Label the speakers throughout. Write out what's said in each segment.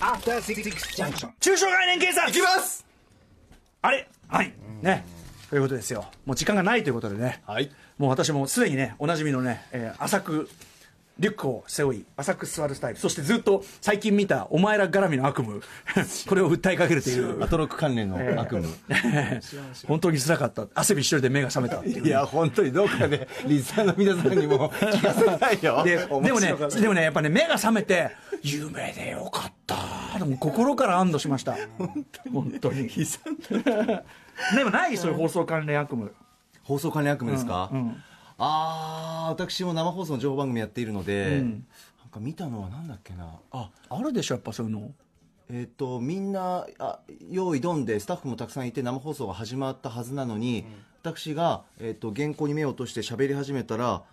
Speaker 1: アフターシックスジャンクション
Speaker 2: 中小概念計算
Speaker 3: いきます
Speaker 2: あれはいねということですよもう時間がないということでね
Speaker 3: はい
Speaker 2: もう私もすでにねおなじみのね、えー浅くリュックを背負い浅く座るスタイルそしてずっと最近見たお前ら絡みの悪夢 これを訴えかけるという
Speaker 3: ア トロック関連の悪夢、
Speaker 2: 本当に辛かった汗びっしょりで目が覚めたっていう
Speaker 3: いや本当にどっかでリスナーの皆さんにも聞かせたいよ
Speaker 2: ででも
Speaker 3: 面
Speaker 2: ね
Speaker 3: 白かった
Speaker 2: でもねやっぱね目が覚めて夢でよかったでも心から安堵しました本当に悲惨 でもないそういう放送関連悪夢
Speaker 3: 放送関連悪夢ですか、ああ私も生放送の情報番組やっているので、なんか見たのはなんだっけなあ
Speaker 2: あるでしょやっぱそういうの
Speaker 3: えっ、とみんなあ用意どんでスタッフもたくさんいて生放送が始まったはずなのに、私が、えっと原稿に目を落として喋り始めたら、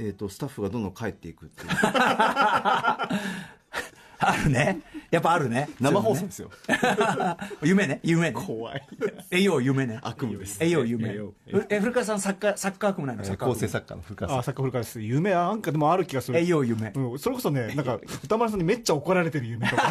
Speaker 3: えっとスタッフがどんどん帰っていく っていう
Speaker 2: あるねやっぱあるね
Speaker 3: 生放送ですよ
Speaker 2: 夢ね夢ね
Speaker 3: 怖い
Speaker 2: えいよう夢ね
Speaker 3: 悪夢です
Speaker 2: えいよう夢
Speaker 4: えいよう
Speaker 2: え古川さんサッカーサッカー悪夢ないのサッカー
Speaker 3: 構
Speaker 2: 悪
Speaker 3: 成
Speaker 2: 夢
Speaker 3: 作家の古川さん
Speaker 4: あー、サッカーフルカです。夢、なんかでもある気がする。
Speaker 2: えいよう夢
Speaker 4: うん、それこそね、なんか、歌丸さんにめっちゃ怒られてる夢とか。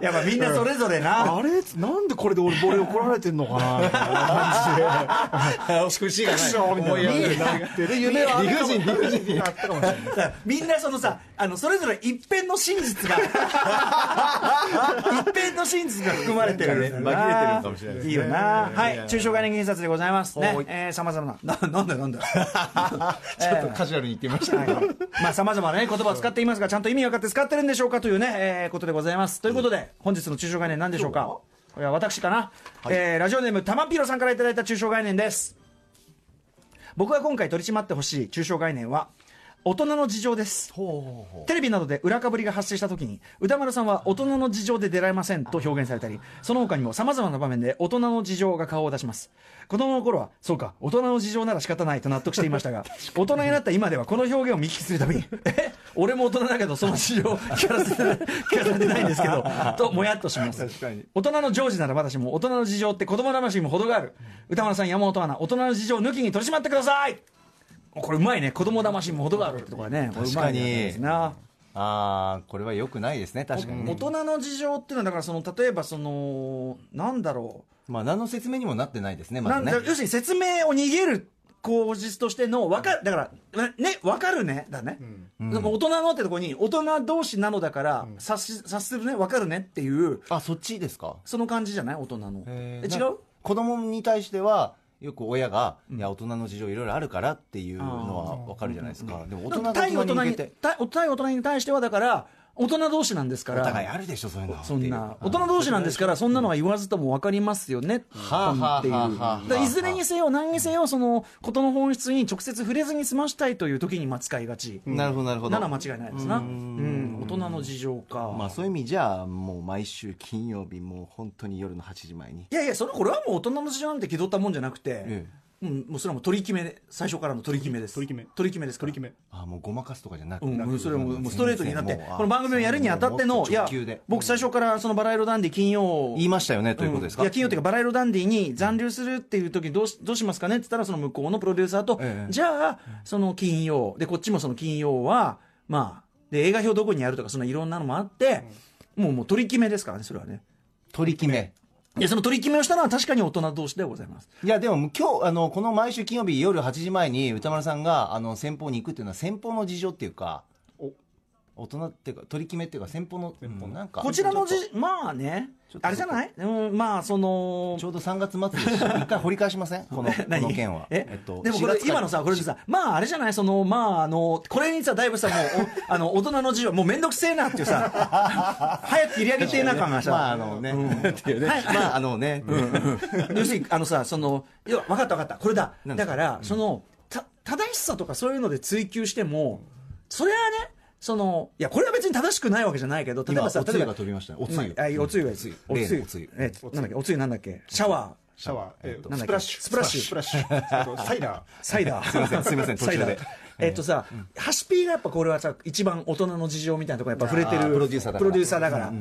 Speaker 2: やっぱみんなそれぞれな
Speaker 4: あれなんでこれで俺、俺怒られてんのか なみたいな感じで。
Speaker 3: 節が
Speaker 4: クションみたいな感じになってる夢はあるかも
Speaker 3: 理不尽理不尽
Speaker 4: あったかもしれない。
Speaker 2: だからみんなそのさあのそれぞれ一辺の真実 が一辺の真実が含まれてるね
Speaker 3: 紛れてるのかもしれないですね
Speaker 2: いいよなはい中小概念印刷でございますねえーさまざまなななんだよ なんだよ
Speaker 3: ちょっとカジュアルに言ってみましたけど、
Speaker 2: まあさまざまなね言葉を使っていますがちゃんと意味分かって使ってるんでしょうかというね、えーことでございますということで本日の中小概念何でしょうかこれは私かな、えーラジオネームたまぴろさんからいただいた中小概念です僕が今回取り締まってほしい中小概念は大人の事情ですテレビなどで裏かぶりが発生した時に歌丸さんは大人の事情で出られませんと表現されたりその他にもさまざまな場面で大人の事情が顔を出します子供の頃はそうか大人の事情なら仕方ないと納得していました が大人になった今ではこの表現を見聞きするたびに え俺も大人だけどその事情聞かせてない聞かされてないんですけ どともやっとします
Speaker 3: 確かに
Speaker 2: 大人のジョージなら私も大人の事情って子供魂にも程がある歌丸さん山本アナ大人の事情を抜きに取り締まってくださいこれうまいね子供魂にも程があるってところねこれうまいね
Speaker 3: 確ああこれはよくないですね確かに
Speaker 2: 大
Speaker 3: ね
Speaker 2: 人の事情っていうのはだからその例えばそのなんだろ
Speaker 3: まあ何の説明にもなってないですね
Speaker 2: う、
Speaker 3: ま
Speaker 2: な
Speaker 3: ず
Speaker 2: ん
Speaker 3: ね
Speaker 2: だ要するに説明を逃げる口実としてのわかるだからねわかるねだね、でも大人のってとこに大人同士なのだから、察し察するねわかるねっていう
Speaker 3: あそっちですか
Speaker 2: その感じじゃない大人のえ違
Speaker 3: な
Speaker 2: う
Speaker 3: 子供に対してはよく親が、いや大人の事情いろいろあるからっていうのは分かるじゃないですか、でも大人が
Speaker 2: 対
Speaker 3: 大
Speaker 2: 大人
Speaker 3: 人に向
Speaker 2: に
Speaker 3: けて
Speaker 2: 対対大人に対してはだから大人同士なんですか
Speaker 3: お互い
Speaker 2: ら
Speaker 3: あるでしょそういうのは
Speaker 2: そんな
Speaker 3: ってい
Speaker 2: 大
Speaker 3: う
Speaker 2: 人同士なんですからそんなのは言わずとも分かりますよねっていう
Speaker 3: はあはあはあはあはあ
Speaker 2: だからいずれにせよ何にせよそのことの本質に直接触れずに済ましたいという時にまあ使いがち
Speaker 3: なるほどなるほど
Speaker 2: なら間違いないですなうん大人の事情か
Speaker 3: まあそういう意味じゃもう毎週金曜日もう本当に夜の8時前に
Speaker 2: いやいやそれこれはもう大人の事情なんて気取ったもんじゃなくて
Speaker 3: え
Speaker 2: うんもうそれはもう取り決めで最初からの取り決めです
Speaker 4: 取り決め
Speaker 2: 取り決めです取り
Speaker 4: 決め
Speaker 3: あもうごまかすとかじゃなく
Speaker 2: うん、もうそれはもうもうストレートになって、
Speaker 3: 全然もうあ
Speaker 2: この番組をやるにあたって
Speaker 3: も
Speaker 2: の
Speaker 3: っ、と
Speaker 2: いや
Speaker 3: 直球で、
Speaker 2: 僕、最初からそのバラ色ダンディ金曜、
Speaker 3: 言いましたよねということですか、
Speaker 2: んいや金曜というか、バラ色ダンディに残留するっていう時どうしどうしますかねって言ったら、その向こうのプロデューサーと、
Speaker 3: ええ
Speaker 2: じゃあ、その金曜、でこっちもその金曜は、まあ、で映画表どこにやるとか、そのいろんなのもあって、もうもう取り決めですからね、それはね。
Speaker 3: 取り決め
Speaker 2: でその取り決めをしたのは確かに大人同士ではございます。
Speaker 3: いやでも今日あのこの毎週金曜日夜8時前に歌丸さんがあの先方に行くっていうのは先方の事情っていうか
Speaker 4: お
Speaker 3: 大人っていうか取り決めっていうか先方のうんなんか
Speaker 2: こちらの
Speaker 3: ち
Speaker 2: じ
Speaker 3: ょっ、
Speaker 2: まあね
Speaker 3: ちょっ、と
Speaker 2: あれじゃないうん、まあ、その
Speaker 3: と、ちょうど3月末ですし一回掘り返し ませんこのこ
Speaker 2: 何
Speaker 3: の件は
Speaker 2: え、
Speaker 3: っと
Speaker 2: でもこ
Speaker 3: 4
Speaker 2: れ
Speaker 3: 月から
Speaker 2: 今のさこれでさまああれじゃないそのまああのこれにさだいぶさもうお あの大人の事情もう面倒くせえなっていうさ 早く切り上げてえな感がさ、
Speaker 3: まああのね、 っていうねまああのね、
Speaker 2: 要するにあのさそのいや分かった分かったこれだ
Speaker 3: なんで
Speaker 2: だ
Speaker 3: すか
Speaker 2: から、そのた正しさとかそういうので追求しても、それはねそのいやこれは別に正しくないわけじゃないけど例えばさ
Speaker 3: 今おつ
Speaker 2: 例
Speaker 3: ゆ
Speaker 2: えば
Speaker 3: が飛びましたねおつゆ
Speaker 2: うんあいいおつゆがおつゆお
Speaker 3: 例
Speaker 2: つ
Speaker 3: の
Speaker 2: ゆ
Speaker 3: おつゆ
Speaker 2: えなんだっけおつゆなんだっけシャワー
Speaker 4: シャワー、えー
Speaker 2: なんだっけ
Speaker 4: スプラッシュ。
Speaker 2: スプラッシュ
Speaker 4: スプラッシュ。あとサイダー。
Speaker 2: サイダー
Speaker 3: すいませんすいません途中で
Speaker 2: サイダーえっとさ、ハシピーがやっぱこれはさ、一番大人の事情みたいなところやっぱ触れてる
Speaker 3: あープロデューサーだから
Speaker 2: プロデューサーだから。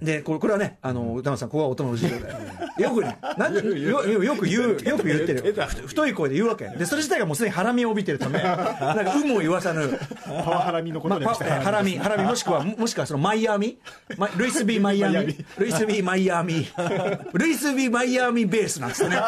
Speaker 2: で、これこれはね、あの、歌丸さん、ここは大人の事情だよ。よくね、なんよよよく言う、よく言ってる。ふ太い声で言うわけ。で、それ自体がもうすでにハラミを帯びてるため、なんか、有無を言わさぬ。
Speaker 4: パワハラミのこ
Speaker 2: ま
Speaker 4: と
Speaker 2: あ、
Speaker 4: でま
Speaker 2: パ
Speaker 4: した
Speaker 2: えーハラミ、ハラミ、もしくは、ももしくはそのマイアミ、マイルイス・ビー・マイア
Speaker 4: マイア
Speaker 2: ミ
Speaker 4: ミ、
Speaker 2: ルイス・ビー・マイアミ、ルイス・ビー・マイアミベースなんですよね。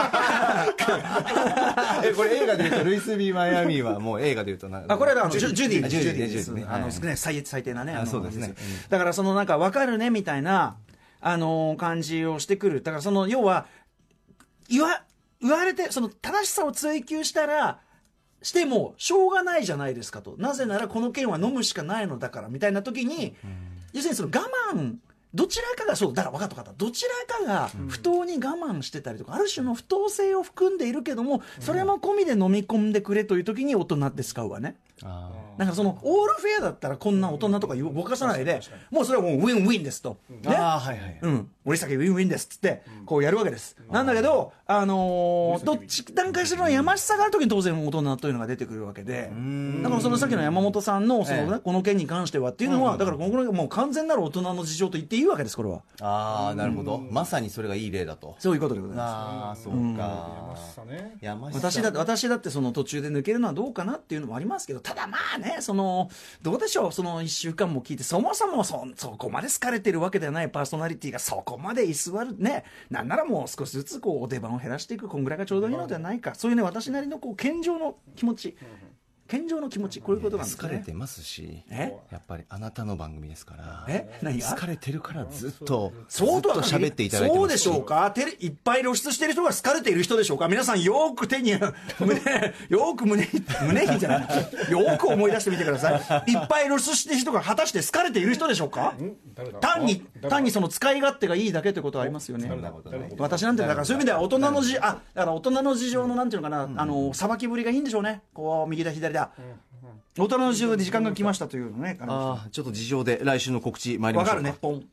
Speaker 3: えこれ映画で言うとルイス・ビー・マイアミーはもう映画で言うとな
Speaker 2: あこれはあのジュジュディ
Speaker 3: あジュディね
Speaker 2: です
Speaker 3: ジュディね
Speaker 2: あの
Speaker 3: はい
Speaker 2: 少ない最最低なね
Speaker 3: あ
Speaker 2: の
Speaker 3: そうですね
Speaker 2: あれよだからそのなんか分かるねみたいなあのー感じをしてくるだからその要は言わ言われてその正しさを追求したらしてもしょうがないじゃないですかとなぜならこの件は飲むしかないのだからみたいな時に、要するにその我慢どちらかがそうだから分かった分かったどちらかが不当に我慢してたりとか、ある種の不当性を含んでいるけどもそれも込みで飲み込んでくれという時に大人って使うわね。
Speaker 3: あ
Speaker 2: なんかそのオールフェアだったらこんな大人とかぼかさないで、もうそれはもうウィンウィンですと、
Speaker 3: ー
Speaker 2: ね
Speaker 3: あーはいはい
Speaker 2: うん、森崎ウィンウィンですっつってこうやるわけです、なんだけど、あのーどっち段階しろのやましさがある時に当然大人というのが出てくるわけでだからそのさっきの山本さんのその、ね
Speaker 3: え
Speaker 2: この件に関してはっていうのは、だからこのこのもう完全なる大人の事情と言っていいわけですこれは
Speaker 3: ああなるほどまさにそれがいい例だと
Speaker 2: そういうことでございます
Speaker 3: ああそうか
Speaker 4: さね
Speaker 3: 山下
Speaker 2: 私だって私だってその途中で抜けるのはどうかなっていうのもありますけどただまあねそのどうでしょうその1週間も聞いてそもそもそそこまで好かれてるわけではないパーソナリティがそこまで居座るねなんならもう少しずつこうお出番を減らしていくこんぐらいがちょうどいいのではないかそういうね私なりのこう健常の気持ち健常の気持ちこういうことなんです
Speaker 3: 疲
Speaker 2: か
Speaker 3: れ
Speaker 2: ね
Speaker 3: てますし
Speaker 2: え
Speaker 3: やっぱりあなたの番組ですから
Speaker 2: え何が
Speaker 3: 疲れてるからずっとずっ
Speaker 2: そうと
Speaker 3: と
Speaker 2: は限り
Speaker 3: 喋っていただいてます
Speaker 2: そうでしょうかテレいっぱい露出してる人が好かれている人でしょうか皆さんよーく手に 胸よーく胸に胸にじゃないよーく思い出してみてくださいいっぱい露出してる人が果たして好かれている人でしょうか
Speaker 1: 誰だ
Speaker 2: 単に
Speaker 1: 誰だ
Speaker 2: 単にその使い勝手がいいだけということはありますよね
Speaker 3: そんなことない
Speaker 2: 私なんてだからそういう意味では大人のじあだから大人の事情のなんていうのかなあのさばきぶりがいいんでしょうねこう右だ左だ大人の事情で時間が来ましたというのねあの
Speaker 3: ああちょっと事情で来週の告知参り
Speaker 2: わ
Speaker 3: まし
Speaker 2: か
Speaker 3: ょう
Speaker 2: るねポン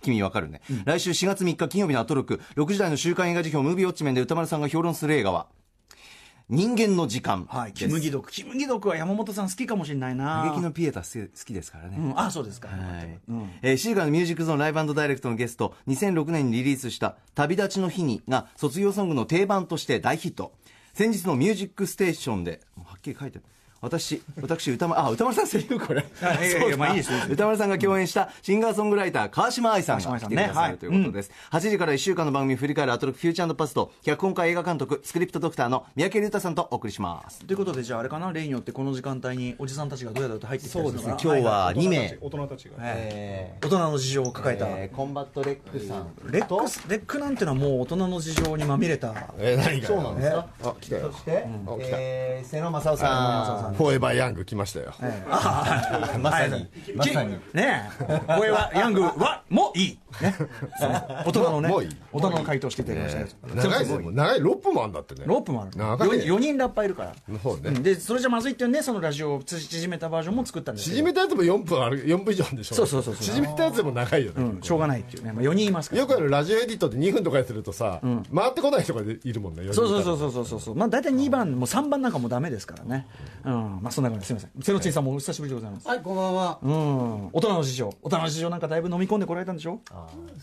Speaker 3: 君わかるね、来週4月3日金曜日のアトロク6時台の週刊映画辞表「ムービーウォッチメン」で歌丸さんが評論する映画は「人間の時間」
Speaker 2: はい
Speaker 3: で
Speaker 2: キ
Speaker 3: す
Speaker 2: ムギドクキムギドクは山本さん好きかもしれないな
Speaker 3: 打撃のピエタ好きですからね、
Speaker 2: うん、あそうですか、
Speaker 3: はいえー、シーガーのミュージックゾーンライブダイレクトのゲスト2006年にリリースした「旅立ちの日に」が卒業ソングの定番として大ヒット先日の「ミュージックステーションで」もうはっきり書いてある私、私、歌丸、あ、歌丸さん声優これ。
Speaker 2: あいやいや
Speaker 3: そうだ
Speaker 2: いやまあいいですいいです
Speaker 3: 歌丸さんが共演したシンガーソングライター、川島愛さん
Speaker 2: 川島愛さんね
Speaker 3: が来てくださ
Speaker 2: はい
Speaker 3: るということです。8時から1週間の番組振り返るアトロックフューチャーパスト、脚本家映画監督、スクリプトドクターの三宅龍太さんとお送りします。
Speaker 2: ということでじゃああれかな例によってこの時間帯におじさんたちがどうやらと入ってきたりるのかな
Speaker 3: 今日は2
Speaker 1: 大人た
Speaker 3: 名
Speaker 1: ち。大人たちが
Speaker 3: え
Speaker 2: 大人の事情を抱えた、
Speaker 3: ーコンバットレックさん。
Speaker 2: レックスレックなんてのはもう大人の事情にまみれた
Speaker 5: えー、何が
Speaker 3: そうなんですか。
Speaker 5: あ来たよ
Speaker 3: そして、
Speaker 5: あ来た
Speaker 3: えー瀬野正夫さ
Speaker 5: フォーエバーヤング来ましたよ、
Speaker 3: ん。まさに、まさに。
Speaker 2: ねえこれはヤングはもういい、ね、その大人のね
Speaker 5: もういい
Speaker 2: 大人の回答していただきましたけど、
Speaker 5: 長いですね長い6分もあんだってね
Speaker 2: ロープもある
Speaker 5: 長いね
Speaker 2: 4, 人ラッパーいるから
Speaker 5: そうね
Speaker 2: んでそれじゃまずいっていうんでそのラジオを縮めたバージョンも作ったんですけど
Speaker 5: 縮めたやつも4分ある4分以上あるんでしょ
Speaker 2: そうそうそうそう
Speaker 5: 縮めたやつでも長いよね、
Speaker 2: うんしょうがないっていうね、まあ、4人いますから
Speaker 5: よくあるラジオエディットで2分とかにするとさ、回ってこない人がいるもんね
Speaker 2: そうそう
Speaker 5: う
Speaker 2: そうそうそうそう、まあ、大体2番、もう3番なんかもうダメですからね、うん、まあそんな感じです、すみません、瀬野ちんさんもお久しぶりでございます、
Speaker 6: はい、こんばんは。
Speaker 2: うん、大人の事情、大人の事情なんかだいぶ飲み込んでこられたんでしょ、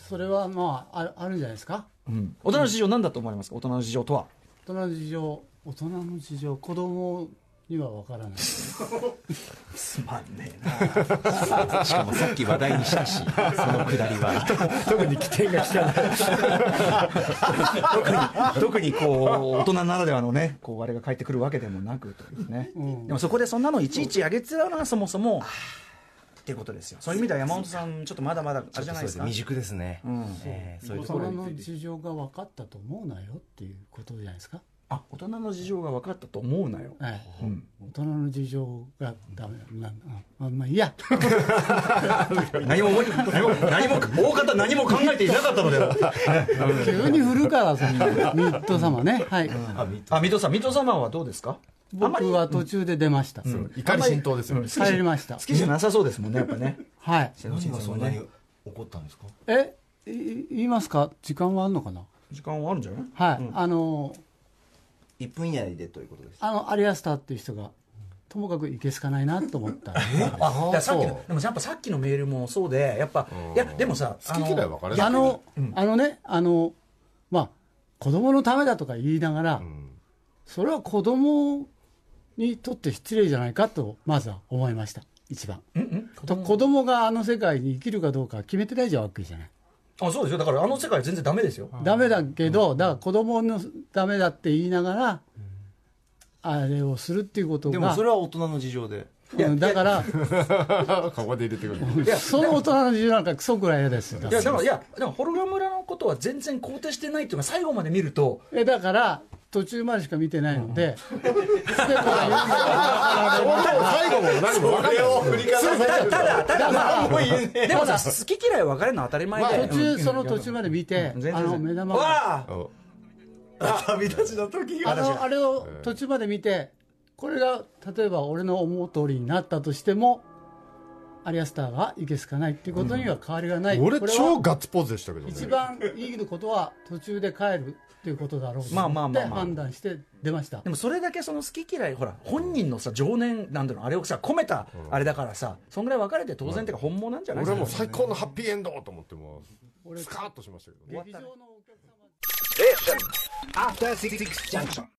Speaker 6: それはまあある、あるんじゃないですか。
Speaker 2: うん、大人の事情、なんだと思われますか、大人の事情とは、
Speaker 6: 大人の事情、大人の事情、子供にはわからない。
Speaker 2: つまん ね
Speaker 3: しかもさっき話題にしたし、そのくだりは。
Speaker 5: 特に起点が効かない
Speaker 2: えな、 特にこう、大人ならではのね、こう、あれが返ってくるわけでもなくというね、でもそこでそんなのいちいち上げつらうのは、そもそも、っていうことですよ、そういう意味では山本さん、ちょっとまだまだあれじゃないですか
Speaker 3: 未。熟ですね。えーそういう
Speaker 6: 大
Speaker 3: ところ
Speaker 6: 人
Speaker 3: に
Speaker 6: の事情が分かったと思うなよっていうことじゃないですか。
Speaker 2: あ大人の事情が分かったと思うなよ。
Speaker 6: ええ大人の事情がダメなんあまあい いや
Speaker 2: 何も覚えて何も何も大方何も考えていなかったのでは
Speaker 6: 急に古川さんミッド様ねはい
Speaker 2: あ水戸さん水戸様はどうですかあんまり
Speaker 6: 僕は途中で出ました、
Speaker 5: 怒り浸透ですよね、
Speaker 6: 帰りました
Speaker 2: 好きじゃなさそうですもんねやっぱね
Speaker 6: はい
Speaker 3: 何がそんなに怒ったんですか
Speaker 6: えい言いますか時間はあるのかな
Speaker 2: 時間はあるんじゃない
Speaker 6: はい、あの
Speaker 3: ?1 分以内でということです。
Speaker 6: あのアリアスターっていう人がともかくいけすかないなと思った。
Speaker 2: あだからさっき
Speaker 5: そ
Speaker 2: の
Speaker 5: う
Speaker 2: でもやっぱさっきのメールもそうでやっぱいやでもさあ
Speaker 5: 好
Speaker 2: の
Speaker 5: き嫌い分かれる
Speaker 6: あの、あのね、あの、まあ、子供のためだとか言いながら、それは子供にとって失礼じゃないかと、まずは思いました、一番。
Speaker 2: うんうん子
Speaker 6: と
Speaker 2: 供
Speaker 6: 子供があの世界に生きるかどうか決めてないじゃんわけじゃない。
Speaker 2: あそうですよだからあの世界全然ダメですよ
Speaker 6: ダメだけど、だから子供のダメだって言いながら、あれをするっていうこと
Speaker 3: でも
Speaker 6: が
Speaker 3: そ、れは大人の事情で
Speaker 6: うんだから、
Speaker 5: ここで入れてくる
Speaker 6: その大人の事情なんかクソくらい嫌ですよ。
Speaker 2: いやだからいやでもホルガ村のことは全然肯定してないっていうか最後まで見ると
Speaker 6: えだから途中までしか見てないので、
Speaker 5: 最後も何も分かんない
Speaker 3: 振り返
Speaker 2: ただただただまあ
Speaker 3: え
Speaker 2: でもさ好き嫌い分かれるのは当たり前で
Speaker 6: 途中その途中まで見て、
Speaker 2: 全然
Speaker 6: あの目玉が
Speaker 2: わあ
Speaker 3: 旅立ちの時
Speaker 6: あのあれを途中まで見てこれが例えば俺の思う通りになったとしてもアリアスターがいけすかないっていうことには変わりがない、
Speaker 5: 俺
Speaker 6: これは
Speaker 5: 超ガッツポーズでしたけどね
Speaker 6: 一番いいことは途中で帰るっていうことだろうと
Speaker 2: まあまあ
Speaker 6: 思って
Speaker 2: まあまあ
Speaker 6: 判断して出ました
Speaker 2: でもそれだけその好き嫌いほら本人のさ情念なんだろうのあれをさ込めたあれだからさそんぐらい分かれて当然っていうか本望なんじゃない
Speaker 5: 俺はもう
Speaker 2: そ
Speaker 5: 最高のハッピーエンドと思ってもうスカーッとしましたけどね
Speaker 6: 劇場のお客様
Speaker 1: After Six Junction.